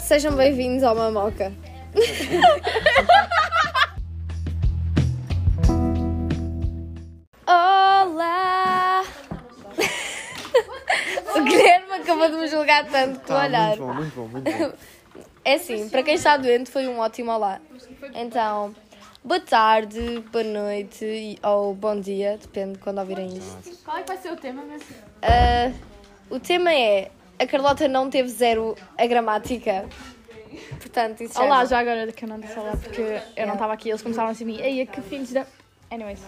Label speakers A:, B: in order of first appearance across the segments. A: Sejam bem-vindos ao Mamoca. Olá! O Guilherme acabou de me julgar tanto com o
B: Tá,
A: olhar.
B: muito bom, muito bom, muito bom.
A: É assim, para quem está doente foi um ótimo olá. Então, boa tarde, boa noite e- ou bom dia, depende de quando ouvirem isto.
C: Qual é que vai ser o tema, meu senhor?
A: Ah, o tema é a Carlota não teve zero a gramática. Portanto, isso já
C: Olá,
A: é-
C: já agora que eu não disse olá porque eu não estava aqui, eles começaram assim a mim. Ei, que filhos da. Anyways.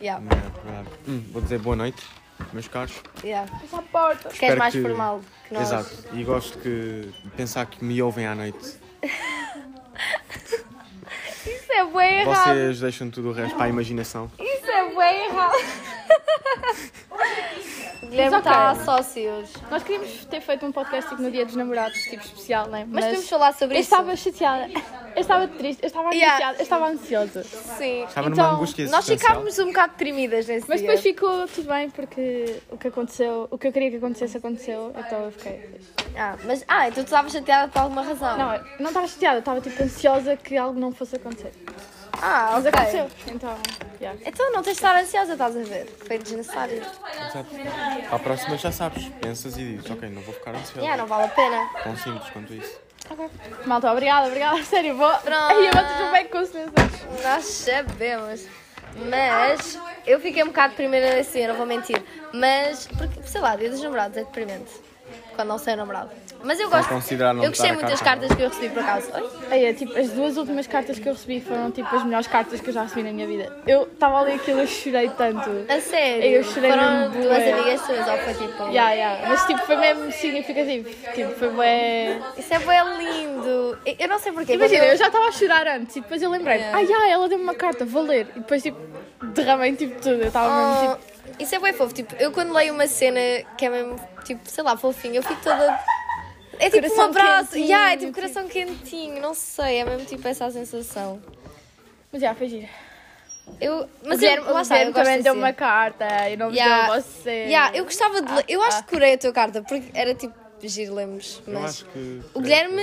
A: Yeah,
B: Hum, vou dizer boa noite, meus caros.
A: yeah.
C: Essa porta.
A: Porque és
B: Espero
A: mais
B: que-
A: formal que nós.
B: Exato. E gosto que de pensar que me ouvem à noite.
A: Isso é bem errado.
B: Vocês deixam tudo o resto para a imaginação.
A: Isso é bem errado. Guilherme tá
C: Mas ok.
A: está a sócios.
C: Nós queríamos ter feito um podcast tipo, no dia dos namorados, tipo especial, né?
A: Mas podemos falar sobre
C: eu
A: isso.
C: estava chateada, eu estava triste, eu estava
A: Yeah.
C: angustiada, eu estava ansiosa.
A: Sim.
B: Estava numa
A: então,
B: angústia
A: nós
B: existencial.
A: ficámos um bocado deprimidas nesse
C: assim, Mas
A: dia.
C: depois ficou tudo bem porque o que aconteceu, o que eu queria que acontecesse, aconteceu, então eu fiquei.
A: Ah, mas, ah, então tu estavas chateada por alguma razão.
C: Não, eu não estava chateada, eu estava tipo ansiosa que algo não fosse acontecer.
A: Ah,
C: Mas
A: ok.
C: aconteceu, então. Yeah.
A: Então não tens de estar ansiosa, estás a ver? Foi desnecessário.
B: Exato. À próxima já sabes. Pensas e dizes, ok, não vou ficar ansioso.
A: Yeah, não vale a pena.
B: Tão simples quanto isso.
C: Malta, obrigada, obrigada, sério, vou.
A: Pronto.
C: Aí eu vou tudo bem com vocês.
A: Nós sabemos. Mas eu fiquei um bocado primeira nesse dia, não vou mentir. Mas, porque, sei lá, dia dos namorados é deprimente. Quando não sei o namorado. Mas eu gosto.
B: considerar não
A: Eu gostei
B: dar a
A: muito das
B: carta.
A: cartas que eu recebi por acaso. Oi?
C: Aí, é, tipo, as duas últimas cartas que eu recebi foram tipo as melhores cartas que eu já recebi na minha vida. Eu estava ali aquilo, eu chorei tanto.
A: A sério?
C: Eu chorei
A: Foram
C: mesmo,
A: duas
C: bué.
A: amigas tuas, ou foi tipo.
C: Yeah, yeah. Mas tipo, foi mesmo significativo. Tipo, foi bem.
A: Isso é bem lindo. Eu- Eu não sei porquê.
C: Imagina,
A: quando
C: eu já estava a chorar antes e depois eu lembrei,
A: É.
C: ah, yeah, ela deu-me uma carta, vou ler. E depois tipo, derramei tipo tudo. Eu estava mesmo
A: Oh,
C: tipo.
A: isso é bem fofo. Tipo, eu quando leio uma cena que é mesmo, tipo, sei lá, fofinho, eu fico toda. É tipo um
C: Coração
A: abraço.
C: quentinho,
A: Yeah, é tipo
C: tipo-
A: coração quentinho, não sei. É mesmo tipo essa a sensação.
C: Mas já, yeah, foi giro.
A: Eu,
C: O
A: mas
C: Guilherme,
A: eu,
C: o
A: lá está,
C: Guilherme
A: eu gosto
C: também deu
A: assim.
C: uma carta e não me
A: Yeah.
C: deu a você.
A: Yeah, eu gostava de ler. Eu acho que curei a tua carta, porque era tipo giro lemos,
B: Eu
A: mas
B: acho que.
A: o Guilherme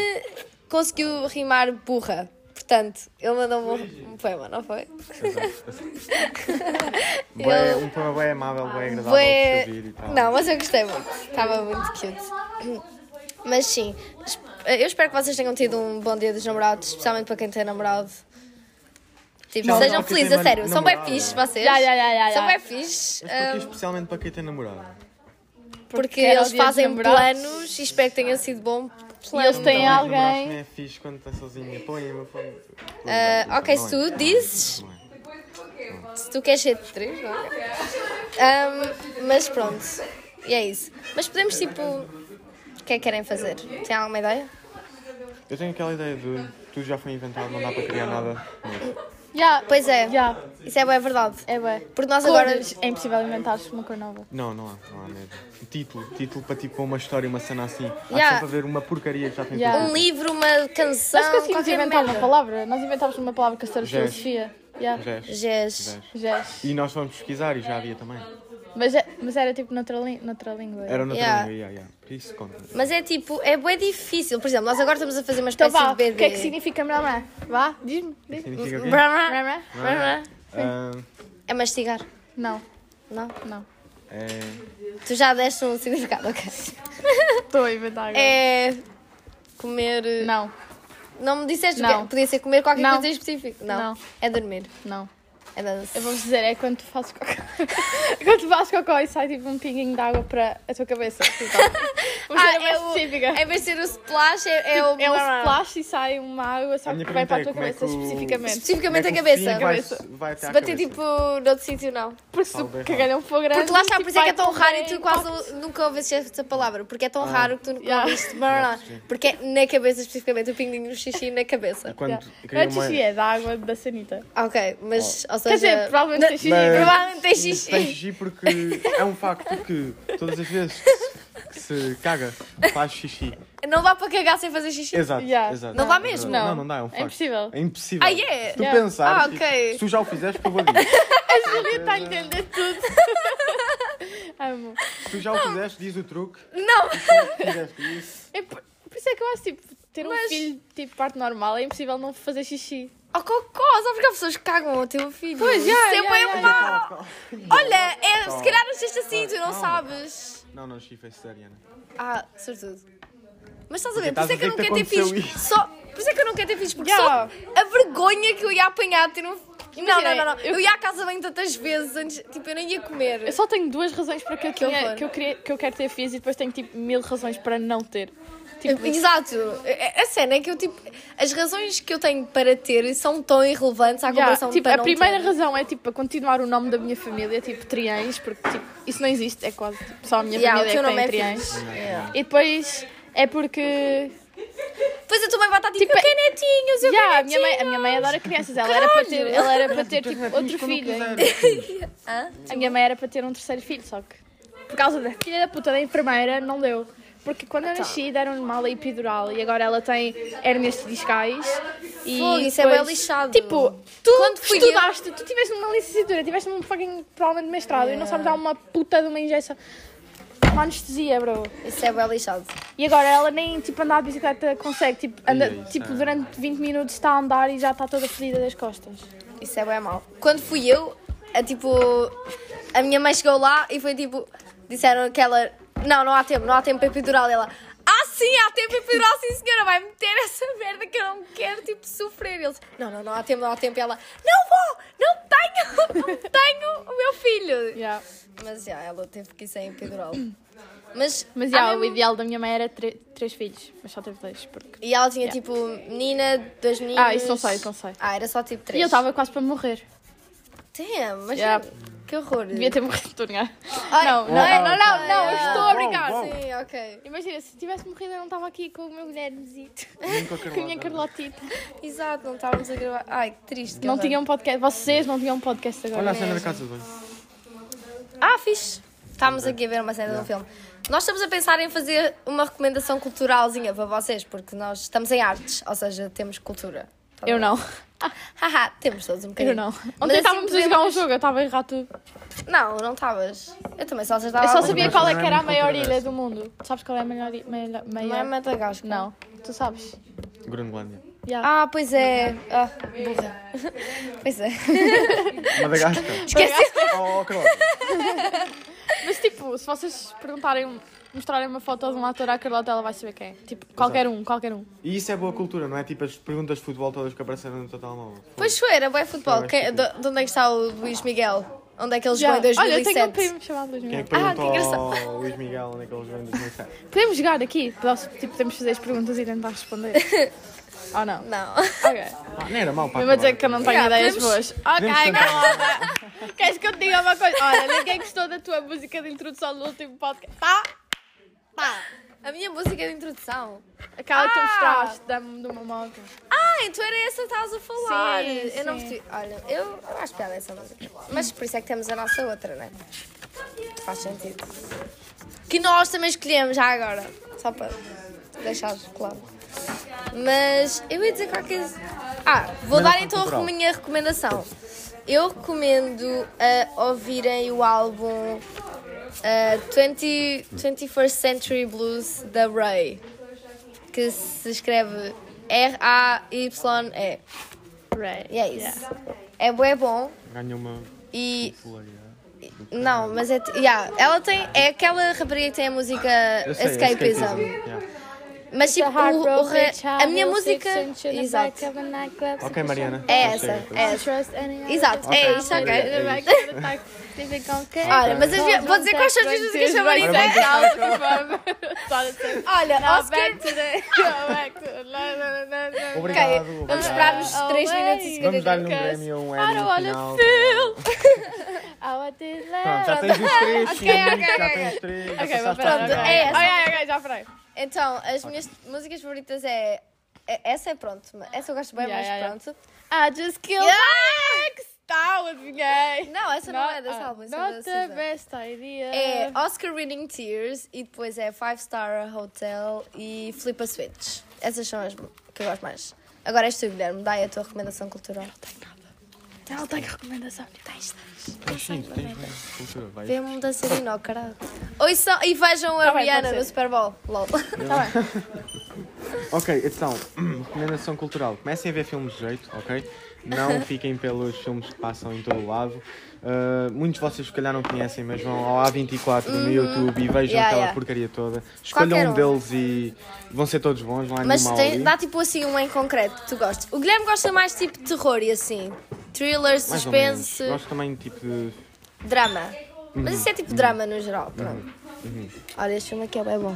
A: conseguiu rimar burra. Portanto, ele mandou um, um poema, não foi?
B: Bué, um poema bem amável, bem agradável
A: Bué-
B: de se ouvir e tal.
A: Não, mas eu gostei muito. Estava muito cute. Mas sim, es- eu espero que vocês tenham tido um bom dia dos namorados, especialmente para quem tem namorado. Tipo,
B: Não,
A: sejam
B: não, quem
A: felizes,
B: tem
A: a sério. São bem
B: namorado. é?
A: fixes vocês.
C: Yeah, yeah, yeah, yeah,
A: São bem
C: yeah.
A: fixes.
B: Mas porquê
A: hum,
B: especialmente para quem tem namorado?
A: Porque
C: era o
A: eles
C: dia dos
A: fazem
C: namorados.
A: planos e espero que tenha sido bom plano.
B: Então,
C: eles têm
B: Também os
C: alguém-
B: namorados não é fixe quando está sozinha. Põe-me, põe-me.
A: Ah, ok, se tu dizes,
B: Não é.
A: se tu queres ser de três, não é? Ahm, mas pronto, e é isso. Mas podemos, tipo, o que é que querem fazer? Tem alguma ideia?
B: Eu tenho aquela ideia de tudo já foi inventado, não dá para criar nada. novo.
C: Yeah.
A: Pois é,
C: Yeah.
A: isso é bem verdade.
C: É bem.
A: Porque nós agora.
C: Agora é impossível inventares uma cor nova.
B: Não, não há, não há mesmo. Título, título para tipo uma história, uma cena assim. Há
A: Yeah.
B: sempre a ver uma porcaria que já tem
C: Yeah.
B: yeah.
A: Um livro, uma canção.
C: Nós conseguimos
A: qualquer
C: inventar
A: merda.
C: uma palavra. Nós inventámos uma palavra que a senhora
B: Gesto.
C: filosofia. Yeah.
B: Gesto.
A: Gés.
C: Gesto.
B: é. E nós fomos pesquisar e já havia também.
C: Mas, é- mas era tipo noutra, lí- noutra língua.
B: Era na
A: Yeah.
B: yeah. yeah, yeah. Isso conta.
A: Mas é tipo, é bem difícil. Por exemplo, nós agora estamos a fazer uma
C: Então
A: espécie
C: vá, o
A: de BD.
C: que é que significa mramrá? Vá, diz-me. Diz
B: Significa o quê?
A: Brá, brá,
C: mramrá?
A: brá, brá.
B: Ah,
A: É mastigar,
C: Não,
A: não?
C: não.
B: é...
A: Tu já deste um significado, ok?
C: Estou a inventar agora.
A: É. Comer. eh,
C: Não,
A: Não me disseste o
C: Não.
A: quê? Podia ser comer qualquer
C: Não.
A: coisa em específico. Não.
C: Não.
A: É dormir.
C: não.
A: É dança.
C: Eu vou-vos dizer, é quando tu fazes cocó. quando tu fazes cocó e sai tipo um pinguinho de água para a tua cabeça. Então, vou
A: Ah,
C: ser
A: é
C: mais específica.
A: Em vez de ser o splash, é, é o.
C: É um splash e sai uma água só
B: A
C: que
B: minha
C: vai para a tua
B: pergunta é,
C: cabeça
B: como é que o-
C: especificamente.
A: Especificamente a
B: Como é que o
A: cabeça.
B: fim Vai, vai até
A: Se
B: à
A: bater
B: cabeça?
A: tipo noutro sítio, não.
C: Porque se o
B: Talvez não.
C: cagalhão for é grande.
A: Porque lá está, por
C: tipo,
A: isso é que é
C: vai
A: tão raro e
C: correr
A: tu
C: em
A: quase nunca ouviste essa palavra. Porque é tão
B: Ah.
A: raro que tu nunca
C: Yeah.
A: ouviste. Barará. Porque é na cabeça, especificamente. O pinguinho no xixi na cabeça.
B: Quando
C: Yeah.
B: caiu
C: Não é
B: uma-
C: xixi, é da água da sanita.
A: Ok, mas.
B: Oh.
A: Ou
C: Quer
A: seja.
C: dizer, provavelmente tem xixi.
B: Mas-
C: mas-
A: Provavelmente tem
B: Tem
A: xixi.
B: xixi porque é um facto que todas as vezes que se- que se caga, faz xixi.
A: Não dá para cagar sem fazer xixi.
B: Exato,
C: Yeah.
B: exato.
A: Não dá mesmo?
B: Não,
C: Não.
B: não, dá, é um
C: É
B: facto.
C: impossível.
B: É impossível.
A: Ah, é?
B: Se tu
C: Yeah.
B: pensares, tipo,
A: Ah, ok.
B: se tu já o fizeste, por favor, diz.
C: A Júlia está a entender tudo. Amo.
B: Se tu já o fizeste, diz o truque.
A: Não!
B: Se fizeste isso.
C: É por, por isso é que eu acho tipo, ter um
A: Mas-
C: filho tipo parte normal é impossível não fazer xixi.
A: Oh, cocó, só porque há pessoas que cagam ao teu filho.
C: Pois, já,
A: Isso é
C: já,
A: bué
C: já, já.
A: mau. Olha, é, se
B: Calma.
A: calhar nasceste assim, tu não
B: Calma.
A: sabes.
B: Não, não, chifre é cesariana.
A: Ah, sobretudo. Mas estás a
B: Porque
A: ver, por isso é que eu
B: estás
A: não quero
B: a dizer que
A: ter
B: te aconteceu
A: filhos.
B: isso.
A: Só, por isso é que eu não quero ter filhos, porque
C: Yeah.
A: só a vergonha que eu ia apanhar de ter um não, não,
C: Imagina,
A: não, não.
C: eu-
A: Eu ia à casa bem tantas vezes antes. Tipo, eu nem ia comer.
C: Eu só tenho duas razões para que eu,
A: Que
C: tinha-
A: horror.
C: que eu, queria, que eu quero ter filhos e depois tenho tipo mil razões para não ter. Tipo,
A: Exato. A a cena é que eu, tipo, as razões que eu tenho para ter são tão irrelevantes à
C: já,
A: comparação de
C: tipo
A: para
C: a
A: não
C: primeira
A: ter.
C: razão é tipo para continuar o nome da minha família, tipo Triães, porque tipo, isso não existe, é quase tipo, só a minha
A: Yeah, o teu
C: família é que
A: nome
C: tem
A: é
C: Triães.
A: fixe. Yeah.
C: E depois é porque
A: Depois eu também vai estar tipo,
C: Tipo,
A: eu quero netinhos, eu
C: Já, a,
A: quero
C: minha mãe, a minha mãe adora crianças, ela era para ter, ela era para ter tipo, outro filho. ainda. A minha mãe era para ter um terceiro filho, só que por causa da filha da puta da enfermeira não deu. Porque quando eu nasci deram-lhe mala epidural e agora ela tem hérnias discais. E
A: Fogo, isso é
C: depois-
A: bem lixado.
C: Tipo, tu
A: Quando fui eu-
C: estudaste, tu tiveste uma licenciatura, tiveste um fucking problema de mestrado e não sabes dar uma puta de uma injeção. Uma anestesia, bro.
A: Isso é bem lixado.
C: E agora ela nem tipo andar de bicicleta consegue, tipo, anda,
B: Ai, isso
C: tipo
B: é-
C: durante 20 minutos está a andar e já está toda ferida das costas.
A: Isso é bem mau. Quando fui eu, a, tipo, a minha mãe chegou lá e foi tipo, disseram que ela, não, não há tempo, não há tempo para epidural. E ela, ah sim, há tempo para epidural, sim senhora, vai meter essa merda que eu não quero, tipo, sofrer. E eles, não, não, não há tempo, não há tempo. E ela, não vou, não tenho, não tenho o meu filho.
C: Yeah.
A: Mas já, ela teve que ir sem epidural. Mas,
C: Mas
A: há
C: já, o
A: mesmo-
C: ideal da minha mãe era tre- três filhos, mas só teve dois. Porque...
A: E ela tinha tipo menina, dois meninos.
C: Ah, isso não sei, isso não sei.
A: Ah, era só tipo três.
C: E eu estava quase para morrer.
A: Damn, mas
C: Yeah.
A: que horror.
C: Devia ter morrido de torneio.
A: Ai,
C: Não, não,
A: ai,
C: não, não, não,
A: ai,
C: eu
A: ai.
C: estou a brincar.
B: Uau, uau.
A: Sim, ok.
C: Imagina, se tivesse morrido eu não estava aqui com o meu Guilhermezito, com a minha
B: Olha,
C: Carlotita.
A: Exato, não estávamos a gravar. Ai, que triste. que
C: Não
A: horror.
C: tinham podcast, vocês não tinham um podcast agora.
B: a cena da casa de banho.
A: Ah, fixe. Estávamos aqui a ver uma
C: É.
A: cena de um filme. Nós estamos a pensar em fazer uma recomendação culturalzinha para vocês, porque nós estamos em artes, ou seja, temos cultura. Tá
C: Eu
A: bem?
C: não,
A: Haha, temos todos um bocadinho.
C: eu não.
A: Mas
C: Ontem
A: assim
C: estávamos a jogar um
A: podemos-
C: jogo, eu estava a errar tudo.
A: Não, não estavas. Eu também só estava.
C: Eu só sabia
B: mas
C: qual é
B: não
C: que
B: é
C: era a
B: muito
C: maior
B: controverso.
C: ilha do mundo. Sabes qual é a maior ilha? Maior...
A: Não é
C: maior-
A: Madagascar.
C: Não, tu sabes.
B: Groenlândia.
C: Yeah.
A: Ah, pois é. Ah, burra. Pois é.
B: Madagascar.
A: Esqueci.
B: oh, Carlota.
C: Mas tipo, se vocês perguntarem, um, mostrarem uma foto de um ator à Carlota, ela vai saber quem é. Tipo, qualquer um, qualquer um.
B: E isso é boa cultura, não é? Tipo as perguntas de futebol todas que apareceram no total móvel.
A: Pois foi, era bué futebol.
B: Foi,
A: Quem-
B: acho
A: de, de onde é que está o Luís Miguel? Onde é que ele jogou
C: Já.
A: em
C: Olha, eu tenho
A: 2007?
C: um primo chamado Luís
B: Quem é
C: Miguel.
B: que
A: Ah, que
B: perguntou
A: engraçado.
B: ao Luís Miguel onde é que eles vêm em 2007?
C: Podemos jogar aqui? Posso- tipo, podemos fazer as perguntas e tentar responder. Ou não?
A: não.
C: Ok.
B: Ah, não era mal, pá.
C: Mesmo a dizer que eu não tenho
A: Já,
C: ideias
A: podemos-
C: boas. Ok,
B: podemos tentar.
C: Carlota. Queres que eu te diga uma coisa? Olha, ninguém gostou da tua música de introdução do último podcast. Tá?
A: Pá, a minha música de introdução.
C: Aquela que tu
A: Ah!
C: mostraste da- de uma moto.
A: Ah, então era essa que estavas a falar.
C: Sim,
A: eu não
C: sim.
A: percebi. Olha, eu, eu acho piada essa música. Mas por isso é que temos a nossa outra, né? Faz sentido. Que nós também escolhemos já agora. Só para deixar claro. Mas eu ia dizer qualquer. Ah, vou dar
B: Recomendação
A: então a
B: cultural.
A: minha recomendação. Eu recomendo a ouvirem o álbum ah, 20, 21st Century Blues da Ray, que se escreve R-A-Y-E.
C: Right.
A: E é isso. É bué bom
B: Ganhou uma
A: e.
B: fuleira.
A: Não, mas é. t- Yeah, ela tem. É aquela rapariga que tem a música
B: Eu sei, é
A: Escapism.
B: Yeah.
A: Mas tipo, o, o re- a minha música. Exato.
C: Exato.
B: Ok, Mariana.
A: É
B: Já
A: essa,
B: chega.
A: é essa. Exato, é
B: Ok.
A: isto, ok.
B: É isso.
C: Tipo, é
A: Olha, mas as minhas- vou dizer quais são as minhas músicas favoritas.
B: Agora vamos
A: Olha,
C: Now
A: Oscar.
C: back to the. Now back to the- la, la, la, la, la.
A: Ok,
B: Obrigado. obrigado.
A: vamos esperar os 3
C: Away.
A: minutos e 50
B: Vamos dar-lhe um
C: Because
B: prémio, um
C: I
B: Emmy
C: don't
B: no
C: wanna
B: final.
C: feel. I want this
B: Pronto,
C: love.
B: já tens os três.
C: Ok,
B: sim,
C: ok,
B: já
C: ok,
B: tens três. já tá né?
C: Ok, vou
B: passaste
C: parar.
B: a
A: Pronto,
C: agora.
B: final.
A: é essa.
C: Ai, ai, ai, já parei.
A: Então, as minhas músicas favoritas é. é- Essa é pronto, essa eu gosto bem,
C: Yeah,
A: mas
C: yeah, yeah.
A: pronto.
C: I Ah, just killed
A: Yeah!
C: Max. Tá, adivinhei.
A: Não, essa não, é desse
C: ah,
A: álbum, essa é da
C: Not the
A: Season.
C: best idea.
A: É Oscar Reading Tears e depois é Five Star Hotel e Flip a Switch. Essas são as que eu gosto mais. Agora és tu, Guilherme, dá aí a tua recomendação cultural.
C: Não tenho recomendação. Tens.
B: Mas sim, tu tens mais cultura, vai.
A: Vê-me mudança de
B: oh,
A: nó, caralho. Ouçam e vejam a
C: Tá bem,
A: Rihanna
C: pode ser.
A: no Super Bowl. LOL.
C: Tá bem.
B: Ok, então, recomendação cultural. Comecem a ver filmes de jeito, ok? Não fiquem pelos filmes que passam em todo o lado. Uh, muitos de vocês, se calhar, não conhecem, mas vão ao A24 no YouTube e vejam
A: Uhum. Yeah,
B: aquela
A: yeah.
B: porcaria toda. Escolham
A: Qualquer
B: um
A: um.
B: deles e vão ser todos bons, não há
A: Mas
B: nenhuma
A: tem-
B: ali.
A: dá tipo assim um em concreto que tu gostes. O Guilherme gosta mais tipo de terror e assim. Thriller,
B: Mais ou menos.
A: suspense,
B: Gosto Uhum. também, tipo, de...
A: drama. Mas isso é tipo drama no
B: Uhum.
A: geral, pronto. Olha, este filme aqui é bem bom.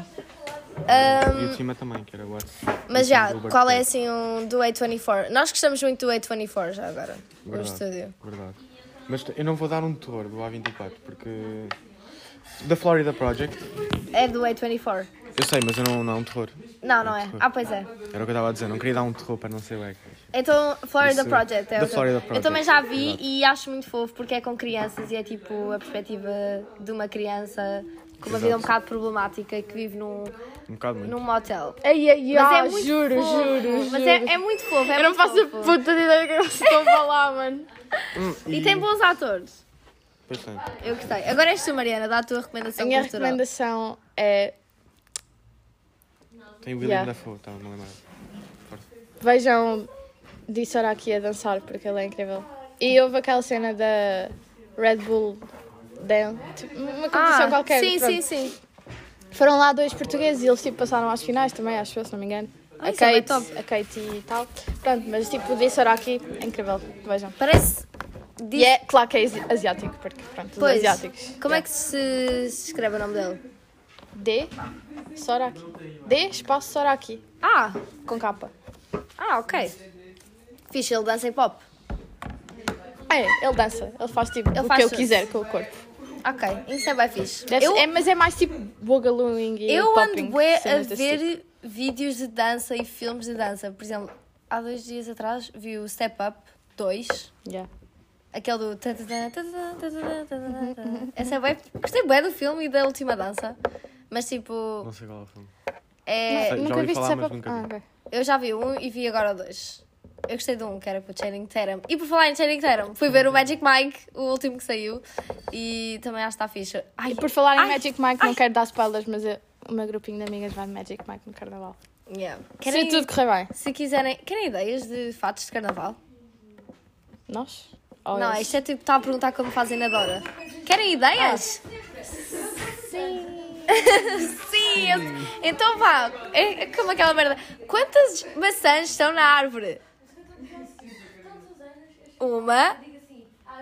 A: Ahm,
B: E o de cima também, que era o outro.
A: Um, mas
B: O
A: já,
B: Spielberg
A: qual é
B: fez.
A: assim um do A24? Nós gostamos muito do A24 já agora, no
B: Verdade,
A: estúdio.
B: Verdade. Mas eu não vou dar um terror do A24, porque... Da Florida Project.
A: É do A24?
B: Eu sei, mas eu não, não é um terror.
A: Não, não é. Ah, pois é.
B: Era o que eu estava a dizer, não queria dar um terror para não ser wack.
A: Então, Florida
B: Isso,
A: Project. É
B: The
A: o que-
B: Florida
A: Eu
B: Project,
A: também já vi
B: verdade.
A: e acho muito fofo porque é com crianças e é tipo a perspectiva de uma criança com uma vida
B: Exato.
A: um bocado problemática e que vive num,
B: Um bocado muito.
A: num motel.
C: Ai, ai,
A: Mas
C: ai,
A: é muito
C: juro,
A: fofo,
C: juro,
A: Mas
C: juro.
A: é, é muito fofo. é
C: Eu
A: muito
C: não faço a
A: fofo.
C: puta de ideia do que vocês estão a falar, mano.
A: E tem bons atores.
B: Hum, Pois tem.
A: Eu gostei. Agora és tu, Mariana, dá a tua
C: A
A: recomendação
C: minha
A: cultural.
C: recomendação é
B: Tem o William
C: Yeah.
B: Dafoe, estava a lembrar.
C: Vejam Dissora aqui a dançar, porque ele é incrível. E houve aquela cena da Red Bull Dan, tipo, uma competição
A: Ah,
C: qualquer.
A: sim,
C: pronto.
A: sim, sim.
C: Foram lá dois portugueses e eles tipo, passaram às finais também, acho eu, se não me engano.
A: Ah,
C: a,
A: isso é bem
C: Kate, a Kate e tal. Pronto, mas tipo, Dissora aqui é incrível. Vejam.
A: Parece. Diz...
C: E é claro que é asi- asiático, porque pronto, os
A: Pois.
C: asiáticos.
A: Como é que se se escreve o nome dele?
C: D, Soraki. D, espaço Soraki,
A: Ah,
C: com capa.
A: ah, ok. Fixe, ele dança em pop.
C: É, ele dança, ele faz tipo
A: Ele
C: o
A: faz
C: que eu
A: tudo.
C: quiser com o corpo.
A: Ok, isso é bem fixe.
C: Deve
A: eu
C: ser- é, mas é mais tipo Bogalooing e
A: eu
C: popping,
A: ando bué a
C: cenas desse tipo.
A: ver vídeos de dança e filmes de dança. Por exemplo, há dois dias atrás vi o Step Up 2.
C: Yeah.
A: Aquele do... tatatatã, tatatatã, tatatatã. Essa é bem... Gostei bem do filme e da última dança. Mas, tipo,
B: Não sei qual é o filme.
A: é...
B: sei, já
C: nunca
B: ouvi
C: viste
B: falar,
C: Step
B: mas
C: Up?
B: nunca
C: Ah,
B: vi.
C: ok.
A: Eu já vi um e vi agora o dois. Eu gostei de um, que era com o Channing Tatum. E por falar em Channing Tatum, fui ver o Magic Mike, o último que saiu. E também acho que está fixe. Ai,
C: E por falar em
A: ai,
C: Magic Mike, não quero dar spoilers, mas eu, o meu grupinho de amigas vai de Magic Mike no carnaval.
A: yeah.
C: Se
A: Querem-
C: tudo correr bem.
A: se quiserem... Querem ideias de fatos de carnaval?
C: Nós? Ou
A: Não,
C: Oh, eles?
A: isto é tipo, está a perguntar como fazem na Dora. Querem ideias? Sim. Sim. eu- Então vá. É é como aquela merda. Quantas maçãs estão na árvore? Uma,
D: Ah,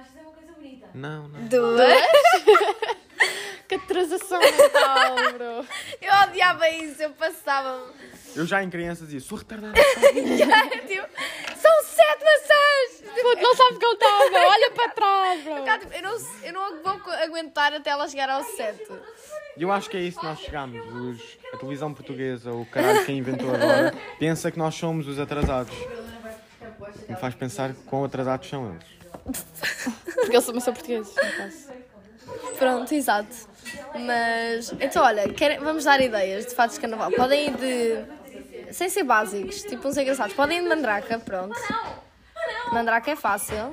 D: isto é uma coisa bonita.
B: Não, não.
A: duas. é-
C: Que atrasação mental, bro.
A: Eu odiava isso, eu passava-me.
B: Eu já em criança dizia, sou retardada.
A: Era tipo, são sete maçãs!
C: Puto, não sabes contar, bro. tá Olha para trás, bro.
A: Cá, tipo, Eu não, eu não vou co- aguentar até ela chegar ao sete.
B: E eu acho que é isso que nós chegamos. Os, a televisão portuguesa, o caralho, quem inventou agora, pensa que nós somos os atrasados. Me faz pensar quão atrasados são eles.
C: Porque eles também são portugueses, no caso.
A: Pronto, exato. Mas, então olha, querem- vamos dar ideias de fatos de carnaval. Podem ir de. sem ser básicos, tipo uns engraçados. Podem ir de mandraca, pronto. Mandraca é fácil.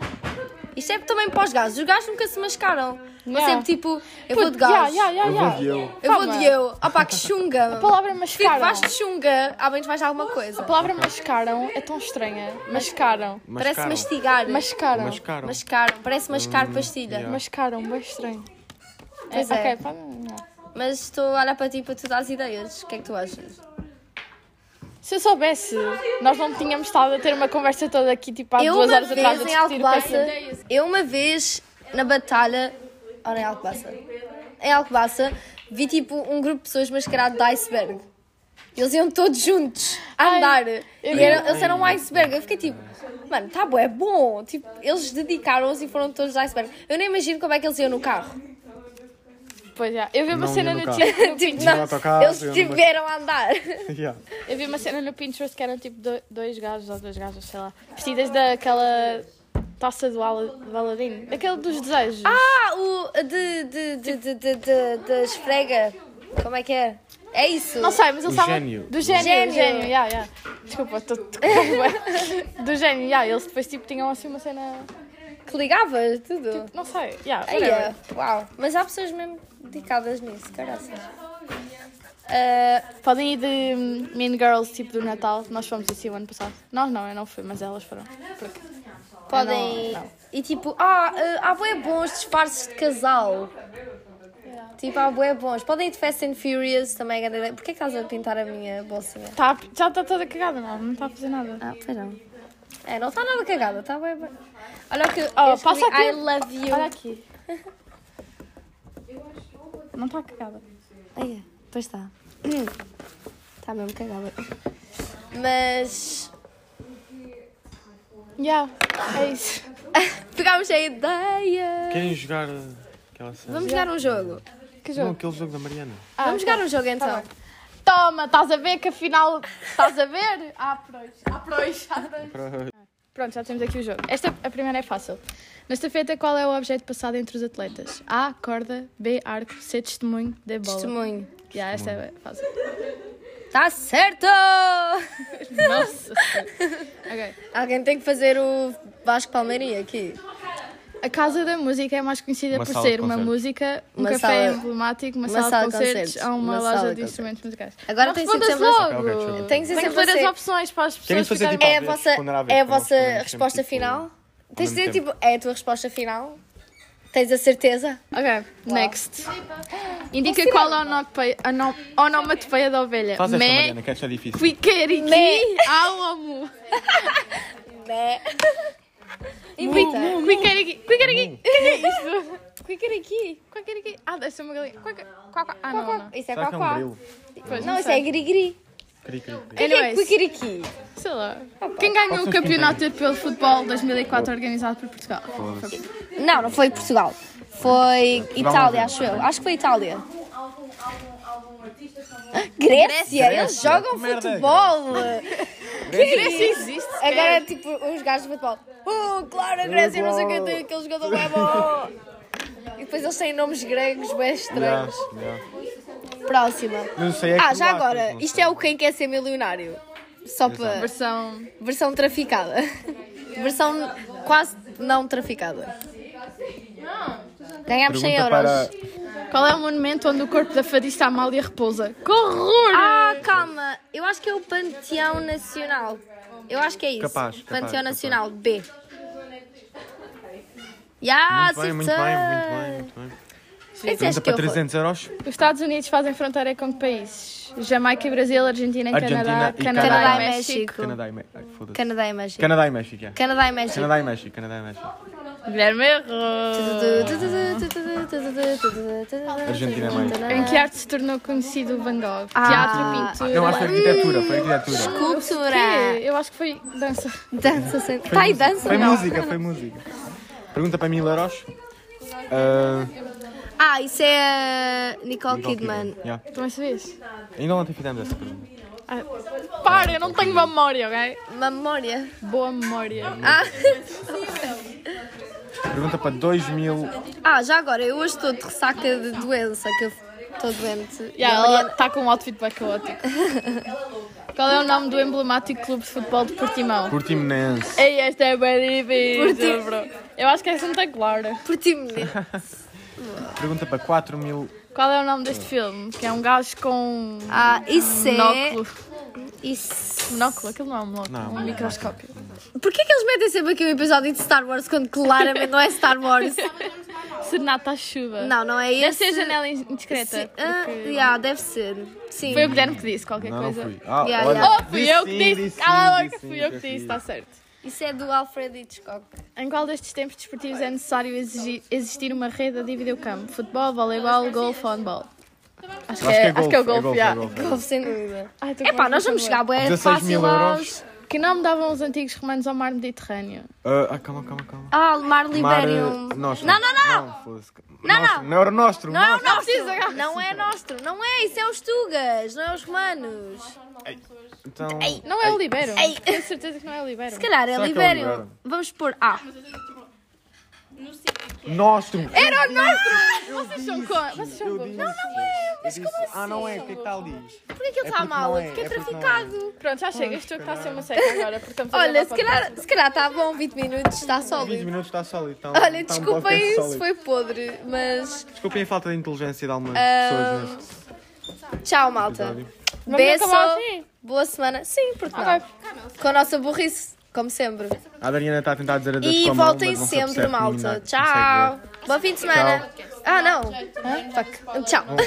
A: Isto é também para os gajos. Os gajos nunca se mascaram. Mas
C: Yeah.
A: sempre tipo, eu vou de
C: Puto, yeah,
A: gajos.
C: yeah,
B: Eu
C: yeah, yeah.
B: vou de eu.
A: Eu vou
C: Calma.
A: de eu. Opá, que chunga.
C: A palavra é
A: Tipo,
C: mascaram.
A: vais de chunga, ao menos vais de alguma coisa.
C: A palavra mascaram é tão estranha. Mascaram.
A: Parece
B: Mascaram.
A: mastigar.
C: Mascaram.
B: Mascaram.
A: Mascaram. Parece mascar pastilha.
B: yeah.
C: Mascaram, bem estranho.
A: Pois é.
C: ok, pá, não.
A: Mas estou a olhar para ti para tu dar as ideias. O que é que tu achas?
C: Se eu soubesse, nós não tínhamos estado a ter uma conversa toda aqui, tipo, há duas horas atrás a
A: em
C: discutir o que
A: Alcobaça,
C: é que-
A: eu uma vez na batalha, ora em Alcobaça, em Alcobaça, vi tipo um grupo de pessoas mascarado de iceberg. Eles iam todos juntos a
C: Ai,
A: andar.
C: eu
A: e
C: vi.
A: eram- eles eram um iceberg. Eu fiquei tipo, mano, tá bom, é bom. Tipo, eles dedicaram-se e foram todos de iceberg. Eu nem imagino como é que eles iam no carro.
C: Pois é, eu vi uma
B: Não
C: cena
B: ia
C: no,
B: no carro.
C: Tin-
A: Tipo,
C: no Pinterest.
A: não,
B: no autocarro,
A: eles
B: iam numa-
A: tiveram a andar.
B: Yeah.
C: Eu vi uma cena no Pinterest que eram tipo do- dois gajos ou duas gajas, sei lá, vestidas daquela taça do, ala, do Aladdin, daquele dos desejos.
A: Ah, o de, de, de, de, de, de, de esfrega. Como é que é? É isso.
C: Não sei, mas
B: O
C: eles estavam.
B: gênio.
C: Do gênio.
A: Gênio.
C: Gênio, yeah, yeah. Desculpa, estou. do gênio, yeah. Eles depois tipo tinham assim uma cena.
A: Que ligava tudo.
C: Não sei, yeah.
A: Aí
C: whatever.
A: é. Uau. Mas há pessoas mesmo dedicadas nisso, caraças.
C: Uh, podem ir de hum, Mean Girls, tipo do Natal. Nós fomos assim o ano passado. Nós não, eu não fui, mas elas foram.
A: Podem.
C: Não, não.
A: E tipo, ah, eh, há bué bons disfarces de casal. Tipo, há bué bons. Podem ir de Fast and Furious também. é grande ideia. Porquê que estás a pintar a minha bolsinha?
C: Tá, já está toda cagada, não. Não está a fazer nada.
A: Ah, pois não. É, não está nada cagada, está bué bem. Olha o que.
C: Oh,
A: eu escrevi,
C: passa aqui.
A: I love you.
C: Olha aqui. Não está cagada.
A: Ai, pois está. Está mesmo cagada. Mas.
C: Yeah, é isso.
A: Pegámos a ideia.
B: Querem jogar uh, aquela cena?
A: Vamos jogar um jogo.
C: Que
B: Não,
C: jogo?
B: aquele jogo da Mariana.
C: Ah,
A: Vamos jogar um jogo então.
C: Toma, estás a ver que afinal estás a ver? Ah, prois, ah, prois, ah, prois.
B: Para-
C: Pronto, já temos aqui o jogo. Esta, a primeira é fácil. Nesta feita, qual é o objeto passado entre os atletas? A, corda, B, arco, C, testemunho, D, bola.
A: Testemunho.
C: Já,
B: Tipo,
C: esta é fácil.
A: Tá certo!
C: Nossa. ok.
A: Alguém tem que fazer o Vasco Palmeirinho aqui.
C: A Casa da Música é mais conhecida
B: Uma
C: por
B: sala de
C: ser uma
B: concertos.
C: música, um
A: Uma
C: café
A: sala-
C: emblemático, uma,
A: uma
C: sala, de concertos, ou uma,
A: uma sala
C: loja
A: de
C: de instrumentos musicais.
A: Agora
C: Não
A: tem que ser
C: respondas
A: sempre
C: logo!
B: Ok,
A: Tem
B: ok, ok.
A: que ser
C: Tem que
A: sempre
C: ler
A: você.
C: as opções para as
B: Querem
C: pessoas
B: fazer
C: ficarem...
B: tipo
A: É a
B: Talvez,
A: vossa,
B: quando era a ver,
A: é a
B: para nós
A: vossa
B: fazermos sempre,
A: resposta
B: tipo,
A: final? Tens de dizer,
B: mesmo
A: tipo, é a tua resposta final? Tens a certeza?
C: Ok, next. Indica qual é a onope- a nom- onomatopeia da ovelha. Ah,
B: Faz esta,
C: Mé,
B: Mariana, que esta é difícil.
C: quiqueriqui, au amu.
A: Né? Invita.
C: Quiqueriqui, quiqueriqui. O que é isto? Quiqueriqui, quiqueriqui. Ah, deve ser uma galinha. Quaca- quaca- Ah, não, não.
A: Isso é
B: Será que é um
A: quaquá.
B: grilo?
C: Pois,
A: Não, isso
C: sei.
A: é grigri.
B: Cri, cri, cri.
A: O que é
C: Anyways.
A: quiquiriqui?
C: Sei lá. Quem ganhou o campeonato europeu de futebol 2004 organizado por Portugal?
A: Não, não foi Portugal. Foi Itália,
B: ver.
A: acho eu. Acho que foi Itália. Grécia, eles
B: Grécia.
A: jogam
B: Que merda é
A: futebol.
C: Grécia existe.
A: Agora, tipo, uns gajos de futebol. Uh, claro, a Grécia, não sei o que, tem aquele jogador é bom. E depois eles têm nomes gregos bem
B: Yeah,
A: estranhos.
B: yeah.
A: Próxima.
B: Não sei, é
A: Ah,
B: que
A: já
B: lá,
A: agora,
B: não sei.
A: isto é o Quem Quer Ser Milionário. Só para.
C: Versão.
A: Versão traficada. Versão quase não traficada. Ganhámos 100
B: Pergunta
A: euros.
B: para...
C: Qual é o monumento onde o corpo da fadista Amália repousa? Que horror!
A: Ah, calma. Eu acho que é o Panteão Nacional. Eu acho que é isso.
B: Capaz, capaz,
A: Panteão
B: capaz.
A: Nacional, B. Ya,
B: Muito bem, muito bem, muito bem, muito bem.
A: bem.
B: Pergunta para 300 euros.
C: Os Estados Unidos fazem fronteira com que países? Jamaica e Brasil, Argentina e
B: Argentina
C: Canadá,
B: e
C: Canadá,
A: Canadá
C: e
A: e
C: México.
A: México.
B: Canadá e México. Ai, foda-se.
A: Canadá e México.
B: Canadá e México, yeah.
A: Canadá e México.
B: Canadá e México, Canadá e México.
C: Guilherme errou.
B: Argentina e México.
C: Em que arte se tornou conhecido o Van Gogh?
A: Ah.
C: Teatro, pintura.
B: Não, acho que foi arquitetura, foi arquitetura.
A: Cultura.
C: Quê? Eu acho que foi dança.
A: Dança sem. Tá aí dança,
B: Foi
A: não?
B: música, foi música. Pergunta para mil euros. Ah,
A: Ah, isso é Nicole Kidman.
B: yeah.
C: Também sabias?
B: Ainda ontem fizemos essa pergunta.
C: Ah, para, eu não tenho memória, ok?
A: Memória.
C: Boa memória.
A: Ah.
B: Pergunta para 2 mil.
A: ah, já agora, eu hoje estou de ressaca de doença, que eu estou doente. E a
C: Yeah, ela
A: Mariana-
C: está com um outfit bem caótico. Qual é o nome do emblemático clube de futebol de Portimão?
B: Portimonense.
C: Ei, esta é bem difícil,
A: Porti-
C: bro. Eu acho que é Santa Clara.
A: Portimonense.
B: Pergunta para 4 mil.
C: Qual é o nome deste filme? Que é um gajo com um
A: Ah, isso é.
C: monóculo.
A: Isso.
C: Monóculo, aquilo não é um monóculo,
B: Não,
C: é um
B: não.
C: microscópio.
A: Porquê que eles metem sempre aqui um episódio de Star Wars quando claramente não é Star Wars?
C: Serenata à chuva.
A: Não, não é
C: Deve
A: esse.
C: ser janela indiscreta.
A: Se- ah,
C: porque-
A: yeah, deve ser. Sim.
C: Foi o Guilherme que disse qualquer
B: Não, não
C: coisa.
B: fui. Ah,
A: Yeah,
B: olha.
A: yeah.
C: Oh, fui
B: Disse
C: eu que
B: sim,
C: disse.
B: sim,
C: Cala a boca,
B: disse sim,
C: fui eu que disse,
B: fiz.
C: está certo.
A: Isso é do Alfred Hitchcock.
C: Em qual destes tempos desportivos é é necessário exigi- existir uma rede a dividir o campo? Futebol, voleibol, golfe, handball. Acho
B: Acho
C: que, é, acho que é o
B: golfe,
C: golfe,
B: é
C: já.
B: golfe, é golfe.
A: Houve sem dúvida.
C: Ai, tô com
A: É pá,
C: uma
A: nós vamos
C: dúvida.
A: chegar bué
B: 16 mil
A: fácil aos...
C: Que nome davam os antigos romanos ao mar Mediterrâneo?
B: Ah, ah, calma, calma, calma.
A: Ah, o Mar
B: Mar,
A: Liberium.
B: eh, nostro.
A: Não, não, não.
B: Não, foda-se.
A: Não,
B: Nostro,
A: não.
B: não era nostro.
A: Não é o
B: nostro.
A: nosso. Não é nosso. Não é, isso é os Tugas, não é os romanos.
B: Então,
C: Não é o Libero.
A: Ei.
C: Tenho certeza que não é o Libero.
A: Se calhar é
B: Será que é o
A: Liberium.
B: Liberium?
A: Vamos pôr ah, A.
B: nostro.
A: Era o nosso!
C: Vocês são contra. Vocês são contra.
B: Não, não é. Mas como assim? Ah, não é. O que é que está ali?
A: Porquê que ele
B: É
A: está
B: porque
A: mal?
B: não é,
A: Porque é
B: é porque não é.
A: traficado.
C: Pronto, já chega. Isto é que está a ser uma seca agora. Porque estamos a
A: Olha,
C: gravar
A: se calhar, se calhar está bom, 20 minutos, está
B: 20
A: sólido.
B: minutos está sólido. Então,
A: Olha,
B: está um
A: desculpem
B: podcast
A: se
B: sólido.
A: foi podre, mas. Ah,
B: Desculpem a falta de inteligência de algumas pessoas neste.
A: Tchau, malta.
B: episódio.
C: Vamos acabar
A: Beijo.
C: assim?
A: Boa semana. Sim, porque não?
C: Ok.
A: Com a nossa burrice, como sempre.
B: A Dariana está a tentar dizer a Deus
A: E
B: com a mão,
A: voltem
B: mas não é? se
A: sempre,
B: apercebe que
A: malta.
B: ninguém consegue ver.
A: Tchau. Bom fim de semana. Ah, não. Fuck. Tchau.